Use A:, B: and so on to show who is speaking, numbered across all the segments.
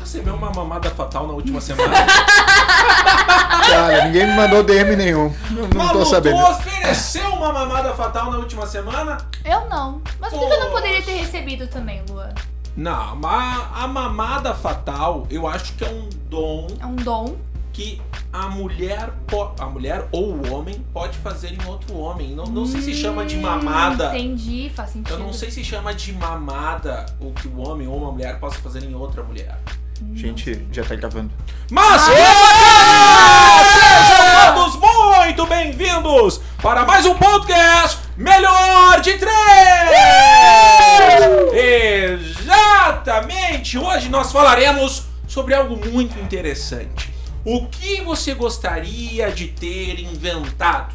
A: recebeu uma mamada fatal na última semana?
B: Cara, ninguém me mandou DM nenhum. Não, não tô
A: Maluco,
B: sabendo.
A: ofereceu uma mamada fatal na última semana?
C: Eu não. Mas por que eu não poderia ter recebido também, Lua?
A: Não, ma- a mamada fatal eu acho que é um dom
C: É um dom.
A: que a mulher, po- a mulher ou o homem pode fazer em outro homem. Não, não sei se chama de
C: Hum,
A: mamada.
C: Entendi, faz sentido.
A: Eu não sei se chama de mamada o que o homem ou uma mulher possa fazer em outra mulher.
B: Gente, já tá gravando.
A: Mas sejam todos muito bem-vindos para mais um podcast Melhor de Três! Exatamente! Hoje nós falaremos sobre algo muito interessante. O que você gostaria de ter inventado?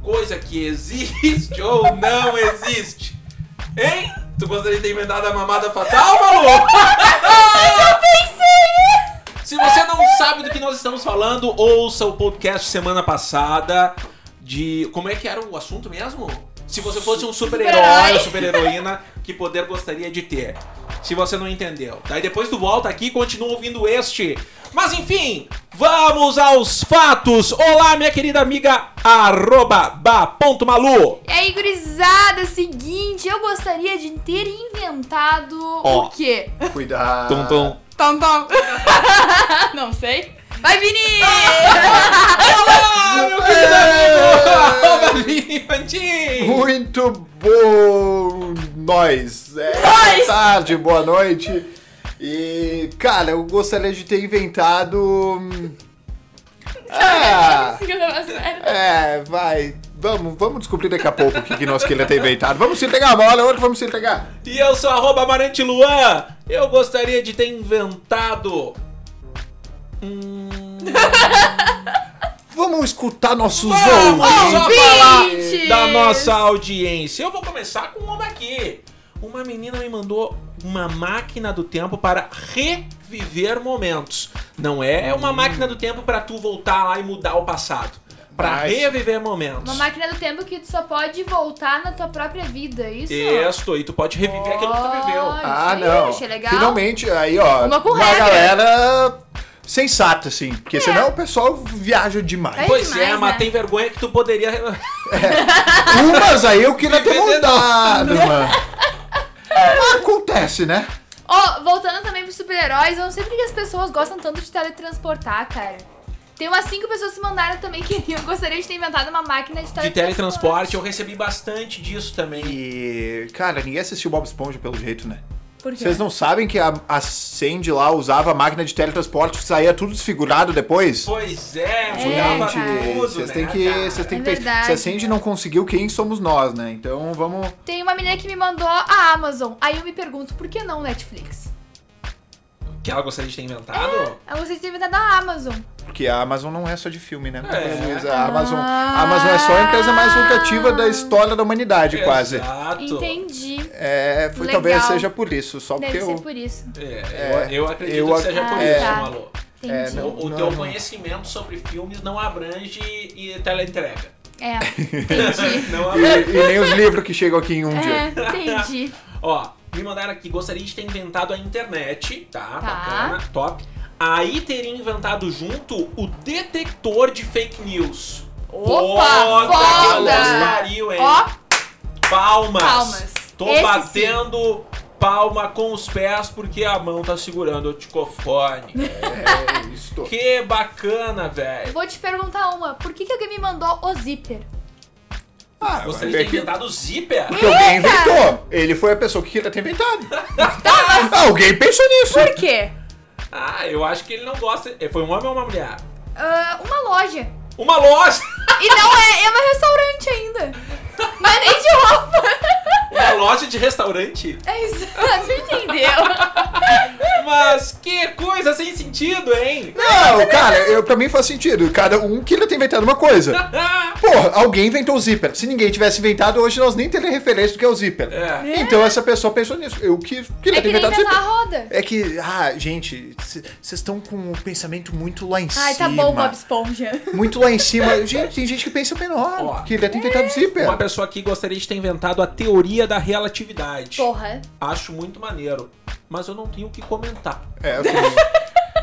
A: Coisa que existe ou não existe? Hein? Tu gostaria de ter inventado a mamada fatal, maluco? Se você não sabe do que nós estamos falando, ouça o podcast semana passada de. Como é que era o assunto mesmo? Se você fosse um super-herói ou super-heroína, que poder gostaria de ter? Se você não entendeu. Daí depois tu volta aqui e continua ouvindo este. Mas enfim, vamos aos fatos. Olá, minha querida amiga, arroba ba.malu.
C: E aí, gurizada, seguinte, eu gostaria de ter inventado
B: Ó.
C: o quê?
B: Cuidado.
C: Tom, tom. não sei. Vai, Vini!
A: Olá, Ah, meu querido amigo, arroba Vini Fantin.
B: É! Muito bom nós. É, boa tarde, boa noite. E, cara, eu gostaria de ter inventado. hum, Ah,
C: Consigo levar a sério.
B: é, vai. Vamos, vamos descobrir daqui a pouco o que, que nós queríamos ter inventado. Vamos se entregar, uma hora ou outra vamos se entregar.
A: E eu sou arroba Amarante Luan. Eu gostaria de ter inventado. Hum,
B: Vamos escutar nossos
A: vamos só
B: ouvintes.
A: falar
C: Ouvintes!
A: da nossa audiência. Eu vou começar com uma daqui. Uma menina me mandou uma máquina do tempo para reviver momentos. Não é uma
C: Hum.
A: máquina do tempo para tu voltar lá e mudar o passado. Para
B: Nice.
A: reviver momentos.
C: Uma máquina do tempo que tu só pode voltar na tua própria vida, é isso?
A: Isso, e tu pode reviver aquilo que tu viveu.
B: Ah,
C: Achei,
B: não.
C: achei legal.
B: Finalmente, aí, ó.
C: Uma com regra.
B: galera sensata, assim. Porque senão o pessoal viaja demais.
C: É
A: Pois
C: demais,
A: é, mas
C: né?
A: tem vergonha que tu poderia
B: Umas aí eu queria ter
A: Viver
B: mudado,
C: Né?
B: mano. Mas acontece, né?
C: Ó, voltando também pros super-heróis, eu não sei porque as pessoas gostam tanto de teletransportar, cara. Tem umas cinco pessoas que mandaram também que eu gostaria de ter inventado uma máquina de
A: de
C: teletransporte.
A: teletransporte. Eu recebi bastante disso também.
B: E, cara, ninguém assistiu Bob Esponja pelo jeito, né?
C: Por quê?
B: Vocês não sabem que a, a Sandy lá usava a máquina de teletransporte que saía tudo desfigurado depois?
A: Pois é, mudava
B: Gente,
C: cara.
A: tudo,
B: vocês
A: né,
B: têm que,
A: cara?
B: vocês têm
C: É
B: que pensar. Se a
C: verdade,
B: Sandy
C: né?
B: não conseguiu, quem somos nós, né? Então vamos.
C: Tem uma menina que me mandou a Amazon. Aí eu me pergunto, por que não Netflix?
A: Que ela gostaria de ter inventado?
C: Eu gostaria de ter inventado a Amazon.
B: Porque a Amazon não é só de filme, né?
A: É.
B: Luísa? A, Amazon, a Amazon é
C: Ah!
B: só a empresa mais lucrativa da história da humanidade, quase.
A: Exato.
C: Entendi.
B: É, foi,
C: Legal.
B: talvez seja por isso, só
C: Deve
B: porque
C: ser
B: eu.
C: por isso.
A: É, eu, eu acredito
B: eu
A: que
B: ac-
A: seja por
C: Ah,
A: isso,
C: tá.
A: Malu. Assim,
C: Entendi.
B: É, não.
A: o, o teu
B: não.
A: conhecimento sobre filmes não abrange e teleentrega.
C: É, entendi.
A: Não
B: E,
A: abrange.
B: e nem os livros que chegam aqui em um dia.
C: é, entendi.
A: Ó, me mandaram aqui, gostaria de ter inventado a internet, tá?
C: Tá.
A: Bacana, top. Aí teria inventado junto o detector de fake news.
C: Opa,
A: Puta que
C: foda!
A: pariu, hein?
C: Ó,
A: Palmas.
C: Palmas.
A: Tô
C: Esse
A: batendo palma com os pés porque a mão tá segurando o ticofone.
B: É, isso. tô.
A: que bacana, velho.
C: vou te perguntar uma. Por que, que alguém me mandou o zíper?
B: Ah, vai
A: Gostaria
B: ver
A: de ter
B: que-
A: inventado o zíper.
B: Porque alguém inventou. Ele foi a pessoa que queria ter inventado. Ah, alguém pensou nisso.
C: Por quê?
A: Ah, eu acho que ele não gosta. Foi um homem ou uma mulher?
C: Ah, uma loja.
A: Uma loja!
C: E não é, é um restaurante ainda. Mas nem de roupa.
A: Uma loja de restaurante?
C: É isso, você entendeu?
A: Mas que coisa sem sentido, hein?
B: Não, Ah, cara, eu, pra mim faz sentido. Cada um queria ter inventado uma coisa. Porra, alguém inventou o zíper. Se ninguém tivesse inventado, hoje nós nem teríamos referência do que é o zíper.
A: É.
B: Então essa pessoa pensou nisso. Eu que queria
C: É
B: ter
C: que nem
B: inventado o
C: inventar a
B: zíper.
C: roda.
B: É que, ah, gente, vocês estão com o pensamento muito lá em cima.
C: Ai, tá bom, Bob Esponja.
B: Muito lá em cima. Gente, tem gente que pensa menor.
A: Ó.
B: que deve ter inventado zíper.
A: Uma pessoa aqui gostaria de ter inventado a teoria da relatividade.
C: Porra.
A: Acho muito maneiro. Mas eu não tenho o que comentar.
B: É, assim,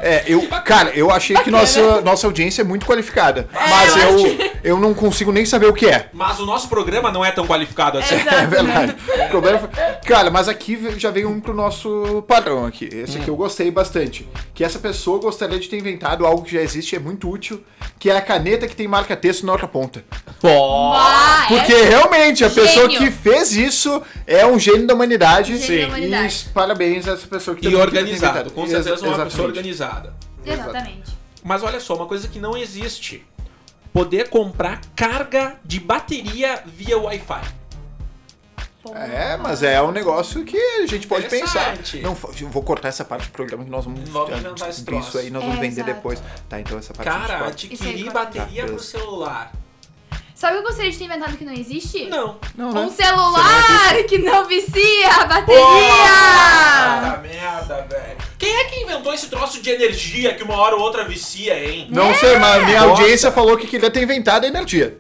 B: É, eu, cara, eu achei que nossa, nossa audiência é muito qualificada. mas
A: eu
B: eu, eu não consigo nem saber o que é.
A: Mas o nosso programa não é tão qualificado assim.
C: Exato. né?
B: É verdade. O problema foi... Cara, mas aqui já veio um pro nosso padrão aqui. Esse
C: Hum.
B: aqui eu gostei bastante. Que essa pessoa gostaria de ter inventado algo que já existe, é muito útil, que é a caneta que tem marca-texto na outra ponta.
C: Ah,
B: Porque
C: é-
B: realmente a
C: Gênio.
B: pessoa que fez isso é um gênio da humanidade.
C: Gênio da
B: E
C: humanidade.
B: parabéns a essa pessoa que
A: E
B: também podia ter
A: organizado.
B: inventado.
A: Com certeza
B: Exa-
A: uma pessoa
B: exatamente.
A: organizada.
C: é, Exatamente.
A: Mas olha só, uma coisa que não existe. Poder comprar carga de bateria via Wi-Fi.
B: É, mas é um negócio que a gente pode pensar.
A: Interessante.
B: Não, eu vou cortar essa parte do programa que nós vamos,
A: Vamos
B: ah,
A: inventar esse
B: descobrir isso
A: troço.
B: aí, nós
C: É,
B: vamos vender
C: exato.
B: depois. Tá, então essa parte a gente
A: Cara, tipo,
B: corta.
C: Isso
A: adquirir
C: aí,
A: bateria
B: tá,
A: pro
B: beleza.
A: celular.
C: Sabe o que eu gostaria de ter inventado que não existe?
A: Não.
B: Não,
C: Um
B: né?
C: celular que não vicia a
A: Puta
C: bateria!
A: merda, velho. Quem é que inventou esse troço de energia que uma hora ou outra vicia, hein?
B: Não sei, mas minha audiência falou que queria ter inventado a energia.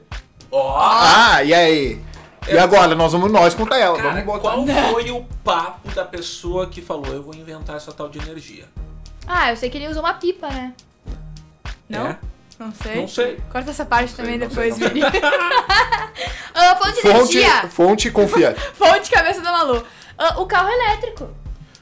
A: Ó.
B: Ah, e aí? E agora? Nós vamos nós contra ela.
A: Cara,
B: vamos botar.
A: qual foi o papo da pessoa que falou, eu vou inventar essa tal de energia?
C: Ah, eu sei que ele usou uma pipa, né? Não?
A: É?
C: Não sei.
A: Não sei.
C: Corta essa parte
B: sei,
C: também
B: não sei,
C: depois,
B: não
C: Vini. Ah, fonte de
B: Fonte,
C: energia.
B: fonte confiante.
C: Fonte cabeça da Malu. Ah, o carro elétrico.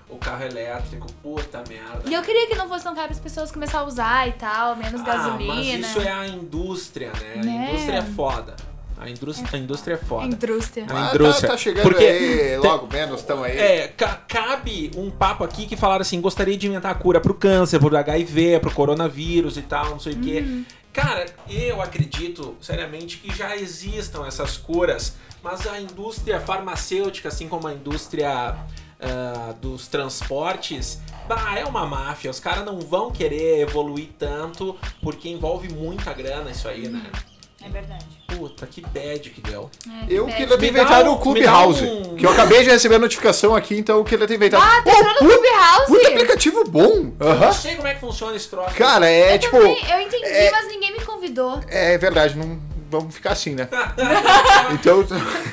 A: O carro elétrico, puta merda.
C: E eu queria que não fosse tão caro para as pessoas começar a usar e tal,
B: Ah,
C: menos gasolina.
A: Ah, mas isso é a indústria, né? A
C: Né?
A: indústria é foda. A indústria, a indústria é foda.
C: Indústria.
A: A
B: Ah, tá,
A: indústria.
B: tá chegando
A: Porque
B: aí,
A: te-
B: logo menos estão aí.
A: É, ca- cabe um papo aqui que falaram assim: gostaria de inventar a cura pro câncer, pro HIV, pro coronavírus e tal, não sei o quê. Cara, eu acredito, seriamente, que já existam essas curas, mas a indústria farmacêutica, assim como a indústria ah, dos transportes, bah, é uma máfia. Os caras não vão querer evoluir tanto, porque envolve muita grana isso aí, né?
C: É verdade.
A: Puta, que bad que deu.
B: Eu
C: É,
B: queria ter
A: Me dá
B: inventado
A: um-
B: o Clube
A: me dá
B: House,
A: um-
B: que eu acabei de receber a notificação aqui, então eu queria ter inventado.
C: Ah, tá
B: Pô,
C: entrando no
B: puta- Puta
C: Clubhouse?
B: aplicativo bom! Aham.
A: Não sei como é que funciona esse troço.
B: Cara, é
C: eu
B: tipo.
C: também, eu entendi, mas ninguém me convidou.
B: É verdade, não vamos ficar assim, né?
A: Ah,
B: Então.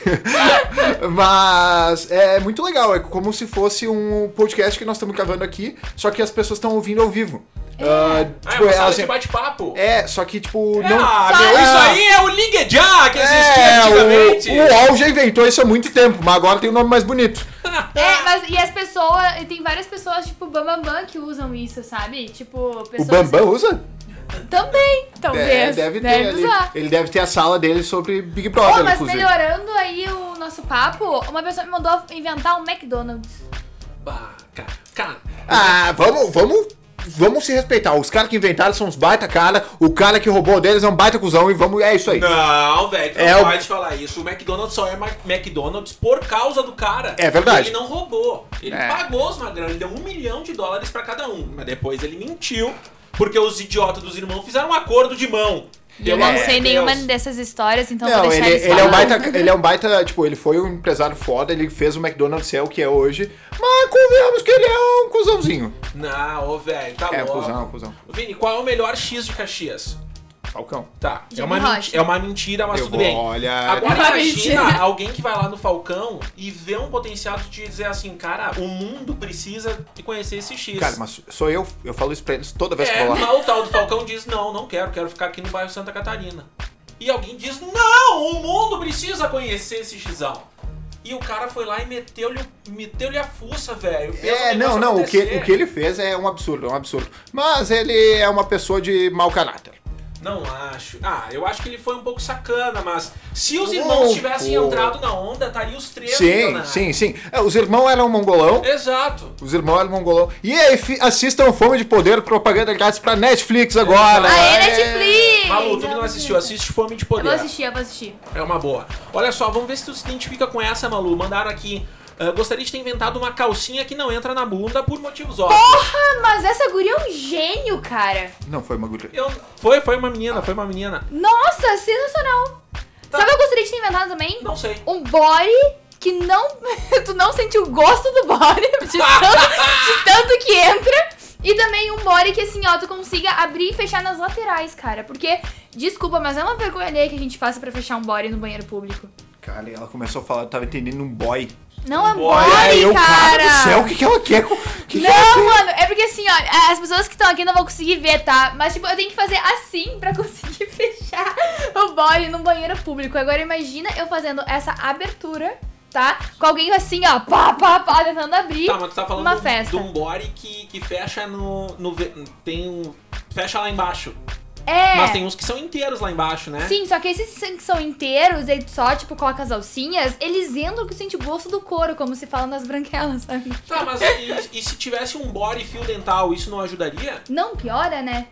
B: Mas é muito legal, é como se fosse um podcast que nós estamos gravando aqui, só que as pessoas estão ouvindo ao vivo. Ah,
A: Ah, é
B: tipo,
A: uma sala
B: elas-
A: de bate-papo.
B: é, só que tipo. não...
A: Ah,
C: Só-
A: meu, isso aí é o Ligue Já que existia antigamente.
B: É, o, o UOL já inventou isso há muito tempo, mas agora tem um nome mais bonito. Tá.
C: É, mas e as pessoas. e Tem várias pessoas, tipo, Bambambam, Bam, que usam isso, sabe? Tipo,
B: O
C: pessoas. assim,
B: Bambam usa?
C: Também,
B: É,
C: talvez.
B: deve ter ali.
C: usar.
B: Ele deve ter a sala dele sobre Big Brother,
C: Pô, mas
B: inclusive.
C: melhorando aí o nosso papo, uma pessoa me mandou inventar um McDonald's.
A: Bah, cara, cara,
B: Ah, vamos, vamos, vamos se respeitar. Os caras que inventaram são uns baita cara, o cara que roubou deles é um baita cuzão e vamos, é isso aí.
A: Não, velho, tu
B: É
A: não
B: o-
A: pode falar isso. O McDonald's só é Ma- McDonald's por causa do cara.
B: É verdade.
A: Ele não roubou. Ele
B: É.
A: pagou os magrão, ele deu um milhão de dólares pra cada um. Mas depois ele mentiu, porque os idiotas dos irmãos fizeram um acordo de mão.
C: eu
B: é
A: Pelo
C: não
A: amor de
C: sei
A: Deus.
C: nenhuma dessas histórias, então vou
B: não,
C: deixar
B: ele,
C: eles
B: ele é um
C: falando.
B: baita, ele é um baita, tipo, ele foi um empresário foda, ele fez o McDonald's ser o que é hoje, mas convenhamos que ele é um cuzãozinho.
A: Não, ô, velho, tá
B: É,
A: louco.
B: cuzão, cuzão.
A: Vini, qual é o melhor X de Caxias?
B: Falcão.
A: Tá, é
C: Jimmy
A: uma,
C: Rocha.
A: menti- é uma mentira, mas
B: Eu
A: tudo
B: vou-
A: bem.
B: olha-
A: Agora
C: É uma
A: imagina
C: mentira.
A: alguém que vai lá no Falcão e vê um potencial de te dizer assim, cara, o mundo precisa de conhecer esse X.
B: Cara, mas sou eu, eu falo isso pra eles toda vez que
A: É,
B: eu vou lá.
A: mas o tal do Falcão diz, não, não quero, quero ficar aqui no bairro Santa Catarina. E alguém diz, não, o mundo precisa conhecer esse xizão. E o cara foi lá e meteu-lhe meteu a fuça, velho. fez
B: É,
A: o
B: não,
A: negócio
B: não, o que,
A: acontecer.
B: o que ele fez é um absurdo, é um absurdo. Mas ele é uma pessoa de mau caráter.
A: Não acho. Ah, eu acho que ele foi um pouco sacana, mas se os
B: Um
A: irmãos tivessem
B: pouco.
A: entrado na onda, estaria os três
B: Sim,
A: milionários.
B: sim, sim. É, Os irmãos eram mongolão.
A: Exato.
B: Os irmãos eram mongolão. E aí, fi- assistam Fome de Poder, propaganda grátis pra Netflix agora.
C: Aê, Ah, é Netflix!
A: Malu, tu que
C: Eu
A: não
C: vou
A: assistiu, assiste Fome de
C: Eu vou
A: Poder.
C: assistir, eu vou assistir.
A: É uma boa. Olha só, vamos ver se tu se identifica com essa, Malu. Mandaram aqui. "Ah, gostaria de ter inventado uma calcinha que não entra na bunda por motivos óbvios.
C: Ah, mas essa guria é um gênio, cara.
B: Não foi uma guria.
A: Eu- Foi, foi uma menina, foi uma menina.
C: Nossa, sensacional.
A: Tá.
C: Sabe o que eu gostaria de ter inventado também?
A: Não sei.
C: Um body que não... tu não sente o gosto do body de tanto, de tanto que entra. E também um body que assim, ó, tu consiga abrir e fechar nas laterais, cara. Porque, desculpa, mas é uma vergonha alheia que a gente passa pra fechar um body no banheiro público.
B: Cara, ela começou a falar, eu tava entendendo um boy.
C: Não é
A: Boy.
C: body,
B: É, eu,
C: cara.
B: do céu, o que, que ela quer? com- Que que ela
C: Não, mano, é porque assim, ó, as pessoas que estão aqui não vão conseguir ver, tá? Mas, tipo, eu tenho que fazer assim pra conseguir fechar o body num banheiro público. Agora, imagina eu fazendo essa abertura, tá? Com alguém assim, ó, pá, pá, pá, tentando abrir.
A: Tá, mas tu tá falando
C: Uma
A: de um-
C: festa.
A: de um body que, que fecha no, no. ve- Tem um. Fecha lá embaixo.
C: É.
A: Mas tem uns que são inteiros lá embaixo, né?
C: Sim, só que esses que são inteiros, e só, tipo, coloca as alcinhas, eles entram que sente o gosto do couro, como se fala nas branquelas, sabe?
A: Tá, mas e, e se tivesse um body fio dental, isso não ajudaria?
C: Não piora, né?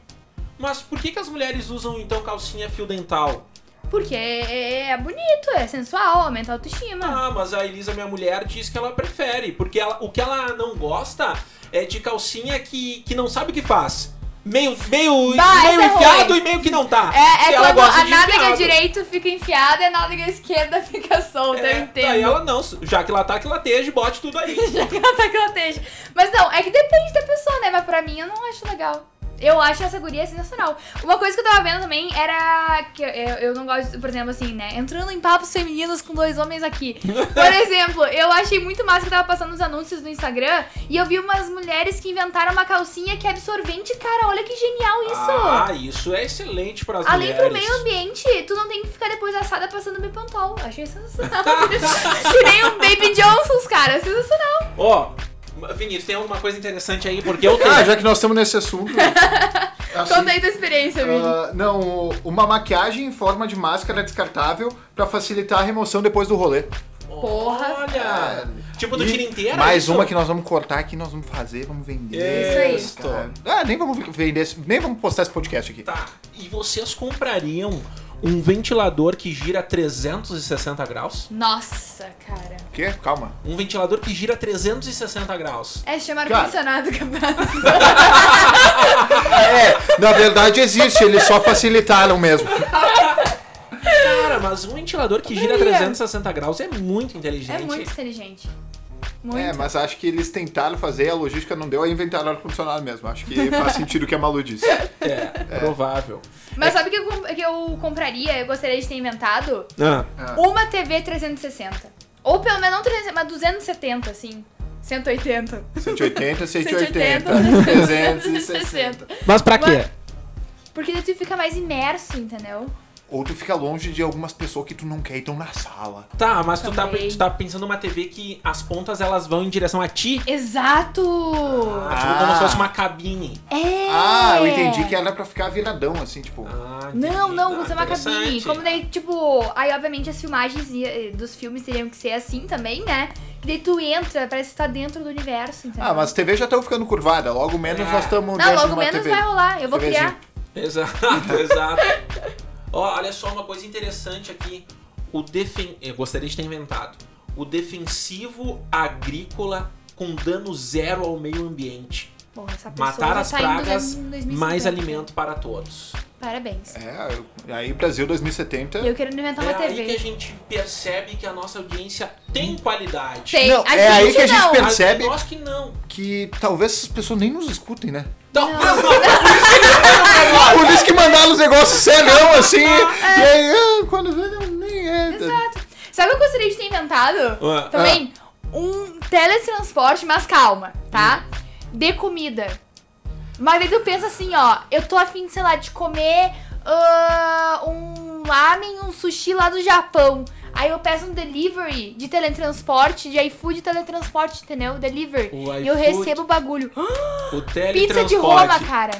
A: Mas por que, que as mulheres usam então calcinha fio dental?
C: Porque é, é bonito, é sensual, aumenta a autoestima.
A: Ah, mas a Elisa, minha mulher, diz que ela prefere, porque ela- o que ela não gosta é de calcinha que, que não sabe o que faz. Meio, meio,
C: Bah,
A: meio
C: essa é
A: enfiado
C: ruim.
A: e meio que não tá.
C: É, é
A: ela
C: quando
A: gosta
C: a
A: de
C: nádega
A: enfiado.
C: direita fica enfiada e a nádega esquerda fica solta, eu
A: É,
C: entendo.
A: daí ela não, já que ela tá, que lateje, bote tudo aí.
C: Já que ela tá que ela esteja. Mas não, é que depende da pessoa, né? Mas pra mim eu não acho legal. Eu acho essa guria sensacional. Uma coisa que eu tava vendo também era que eu, eu não gosto, por exemplo, assim, né? Entrando em papos femininos com dois homens aqui. Por exemplo, eu achei muito massa que eu tava passando os anúncios no Instagram e eu vi umas mulheres que inventaram uma calcinha que é absorvente. Cara, olha que genial isso!
A: Ah, isso é excelente para as
C: Além
A: mulheres.
C: pro meio ambiente, tu não tem que ficar depois assada passando bepantol. Achei sensacional. Tirei um Baby Johnsons, cara. Sensacional.
A: Ó, Vinícius, tem alguma coisa interessante aí? Porque eu
B: quer?
A: tenho.
B: Ah, já que nós estamos nesse assunto. né? assim,
C: Conta aí tua experiência, Vini.
B: ah, não, o- uma maquiagem em forma de máscara descartável pra facilitar a remoção depois do rolê.
C: Porra.
A: Olha! Tipo, do
B: E
A: tiro inteiro?
B: Mais
A: isso?
B: uma que nós vamos cortar aqui, nós vamos fazer, vamos vender.
A: É,
C: Isso
B: cara. Ah, nem vamos vender, esse- nem vamos postar esse podcast aqui.
A: Tá. E vocês comprariam um ventilador que gira 360 graus?
C: Nossa, cara.
B: O quê? Calma.
A: Um ventilador que gira 360 graus.
C: É chamar
B: Cara.
C: ar-condicionado, capaz.
B: É, na verdade existe, eles só facilitaram mesmo.
A: Cara, mas um ventilador que gira 360 graus é muito
C: É
A: inteligente.
C: muito inteligente. Muito.
B: É, mas acho que eles tentaram fazer, a logística não deu, é aí inventaram ar-condicionado mesmo. Acho que faz sentido o que a Malu disse.
A: É, provável.
C: Mas
B: é.
C: sabe o que, eu com- que eu compraria? Eu gostaria de ter inventado?
A: Ah,
B: Ah.
C: Uma TV 360. Ou pelo menos não 360, mas 270, assim. 180.
B: 180, 180, 360.
C: 360.
A: Mas pra
C: quê? Porque daí tu fica mais imerso, entendeu?
B: Ou tu fica longe de algumas pessoas que tu não quer e estão na sala.
A: Tá, mas tu tá,
C: Também.
A: tu tá pensando numa TV que as pontas elas vão em direção a ti?
C: Exato!
B: Ah.
A: Tipo, como se fosse uma cabine.
C: É!
B: Ah, eu entendi que era pra ficar viradão, assim, tipo.
A: Ah,
C: Não,
A: entendi.
C: não,
A: Ah,
C: você é uma cabine.
A: interessante.
C: Como daí, tipo, aí obviamente as filmagens ia- dos filmes teriam que ser assim também, né? Que daí tu entra, parece que tá dentro do universo, entendeu?
B: Ah, mas um TV já estão ficando curvada, logo menos
A: É.
B: nós estamos
C: Não,
B: dentro de
C: logo
B: uma
C: menos
B: TV.
C: vai rolar. Eu vou
B: TVzinha.
C: criar.
A: Exato, exato. Ó, olha só uma coisa interessante aqui. O defen... Eu gostaria de ter inventado. O defensivo agrícola com dano zero ao meio ambiente.
C: Bom, essa pessoa
A: Matar
C: já
A: as
C: tá indo
A: pragas,
C: em 2050.
A: Mais alimento para todos.
C: Parabéns.
B: É, aí Brasil 2070.
C: E eu querendo inventar uma
A: é aí
C: TV.
A: que a gente percebe que a nossa audiência tem qualidade.
C: Tem.
B: Não,
C: a
B: é aí
C: gente
B: que a gente
C: não.
B: pensa.
A: Mas
B: Percebe?
A: Nós que não.
B: Que talvez essas pessoas nem nos escutem, né?
A: Então,
C: Não.
B: Por isso que mandaram os negócios serão, assim. E aí, ah, quando vê, não, nem é.
C: Sabe o que eu gostaria de ter inventado?
A: Ué,
C: Também
B: Ah.
C: um teletransporte, mas calma, tá? De comida. Mas daí tu pensa assim, ó, eu tô afim, sei lá, de comer ah, um ramen, um sushi lá do Japão. Aí eu peço um delivery de teletransporte, de iFood teletransporte, entendeu? Delivery.
A: o
C: E eu
A: iFood,
C: recebo o bagulho. Ah,
A: o
C: Pizza de
A: teletransporte.
C: Roma, cara.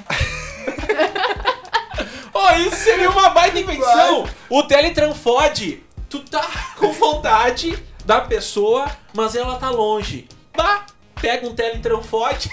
A: Ó, isso seria uma baita invenção! O teletranfode! Tu tá com vontade da pessoa, mas ela tá longe. Tá? Pega um teletranfode.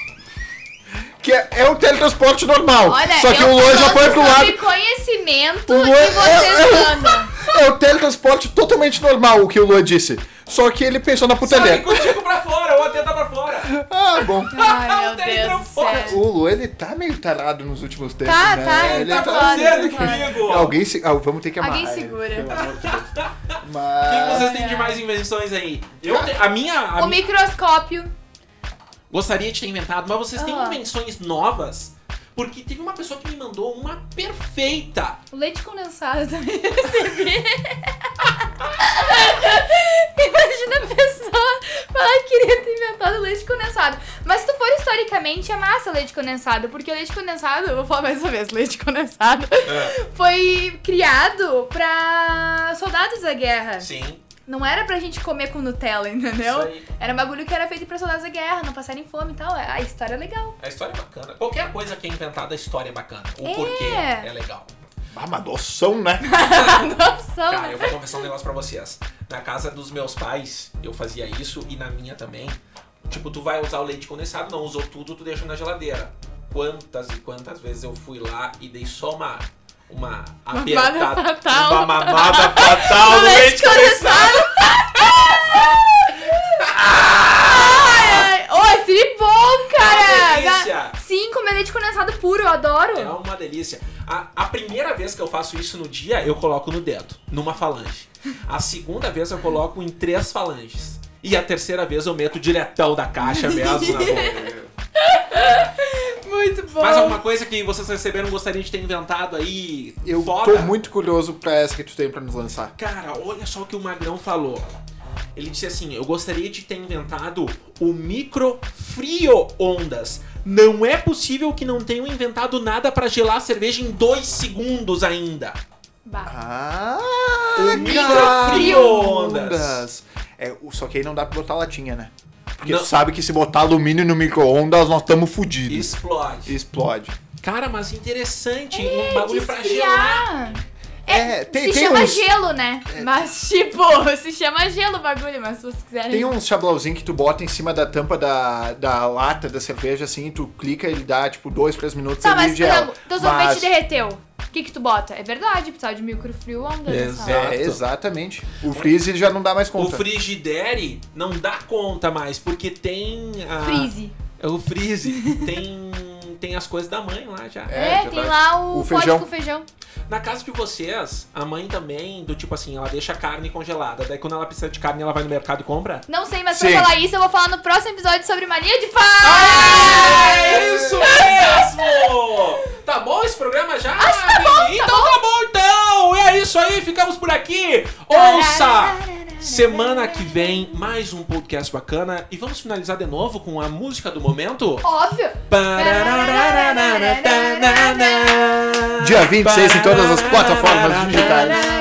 B: Que é, é um teletransporte normal.
C: Olha,
B: só que
C: eu
B: o Luan já
C: falando
B: foi pro lado.
C: sobre conhecimento
B: O
C: e
B: Luan-
C: vocês andam.
B: É um teletransporte totalmente normal, o que o Luan disse. Só que ele pensou na
A: Só que
B: putaria.
A: contigo pra fora, ou até tá pra fora.
B: Ah, bom.
A: O
C: Ai, meu Deus do
A: teletransporte.
C: céu.
B: O Luan, ele tá meio tarado nos últimos tempos,
C: Tá,
B: né?
C: tá,
B: Ele
A: tá
C: tá
A: fazendo
C: foda, cara.
A: comigo?
B: Alguém se... ah, vamos ter que amarrar.
C: Alguém
B: ele,
C: segura.
B: pelo amor de Deus.
A: O que que
B: Mas...
A: vocês têm de mais invenções aí? Eu te- a minha. a
C: O
A: minha-
C: microscópio.
A: Gostaria de ter inventado, mas vocês têm
C: Ah.
A: invenções novas? Porque teve uma pessoa que me mandou uma perfeita.
C: O leite condensado também recebi. Imagina a pessoa falar que queria ter inventado leite condensado. Mas se tu for historicamente, é massa leite condensado, porque o leite condensado, eu vou falar mais uma vez, leite condensado, É. foi criado pra soldados da guerra.
A: Sim.
C: Não era pra gente comer com Nutella, entendeu?
A: Isso aí.
C: Era um bagulho que era feito pra soldados da guerra, não passarem fome e tal. A história é legal.
A: A história é bacana. Qualquer coisa que é inventada, a história é bacana. O
C: É.
A: porquê é legal.
B: Ah, mas noção, né?
C: Nossa,
A: Ah, Cara,
C: né?
A: eu vou confessar um negócio pra vocês. Na casa dos meus pais, eu fazia isso e na minha também. Tipo, tu vai usar o leite condensado, não usou tudo, tu deixa na geladeira. Quantas e quantas vezes eu fui lá e dei só uma. Uma apertada.
C: fatal.
A: Uma mamada fatal
C: O
A: no leite condensado.
C: ai, ai. Ô, é tri bom,
A: É uma
C: cara.
A: delícia.
C: Sim, comer leite condensado puro, eu adoro.
A: É uma delícia. A, a primeira vez que eu faço isso no dia, eu coloco no dedo, numa falange. A segunda vez eu coloco em três falanges. E a terceira vez eu meto diretão da caixa mesmo na boca.
C: Muito bom.
A: Mais alguma coisa que vocês receberam gostariam de ter inventado aí?
B: Eu
A: Foda.
B: tô muito curioso pra essa que tu tem pra nos lançar.
A: Cara, olha só o que o Magrão falou. Ele disse assim: Eu gostaria de ter inventado o microfrio-ondas. Não é possível que não tenham inventado nada pra gelar a cerveja em dois segundos ainda.
C: Bah.
B: Ah,
A: micro-ondas.
B: É, o- só que aí não dá pra botar latinha, né? Porque
A: Não.
B: tu sabe que se botar alumínio no micro-ondas, nós estamos fodidos.
A: Explode.
B: Explode.
A: Cara, mas interessante. um bagulho pra né? gelar.
C: Esfriar.
B: É, tem-
C: se
B: tem
C: chama
B: uns- É.
C: gelo, né? Mas, tipo, se chama gelo o bagulho, mas se vocês quiserem.
B: Tem um uns chablauzinho que tu bota em cima da tampa da, da lata da cerveja, assim, tu clica, ele dá tipo dois, três minutos
C: Tá,
B: ali
C: mas,
B: e
C: por
B: gela.
C: exemplo, teu sorvete
B: Mas-
C: derreteu. O que que tu bota? É verdade, precisava de microfrio-ondas.
A: Exato.
C: essa hora.
B: É, exatamente. O freezer já não dá mais
A: O
B: conta.
A: frigidere não dá conta mais, porque tem. A...
C: Freeze.
A: É o freeze. tem. Tem as coisas da mãe lá já.
B: É,
C: É, tem
B: verdade.
C: lá o,
B: O
C: pote
B: feijão.
C: com feijão.
A: Na casa de vocês, a mãe também, do tipo assim, ela deixa a carne congelada. Daí quando ela precisa de carne, ela vai no mercado e compra.
C: Não sei, mas pra
B: Sim.
C: falar isso, eu vou falar no próximo episódio sobre mania de pai.
A: É isso mesmo! Tá bom esse programa já? então tá bom então! E é isso aí, ficamos por aqui! Ouça! Semana que vem, mais um podcast bacana. E vamos finalizar de novo com a música do momento?
C: Óbvio.
B: Dia 26 em todas as plataformas digitais.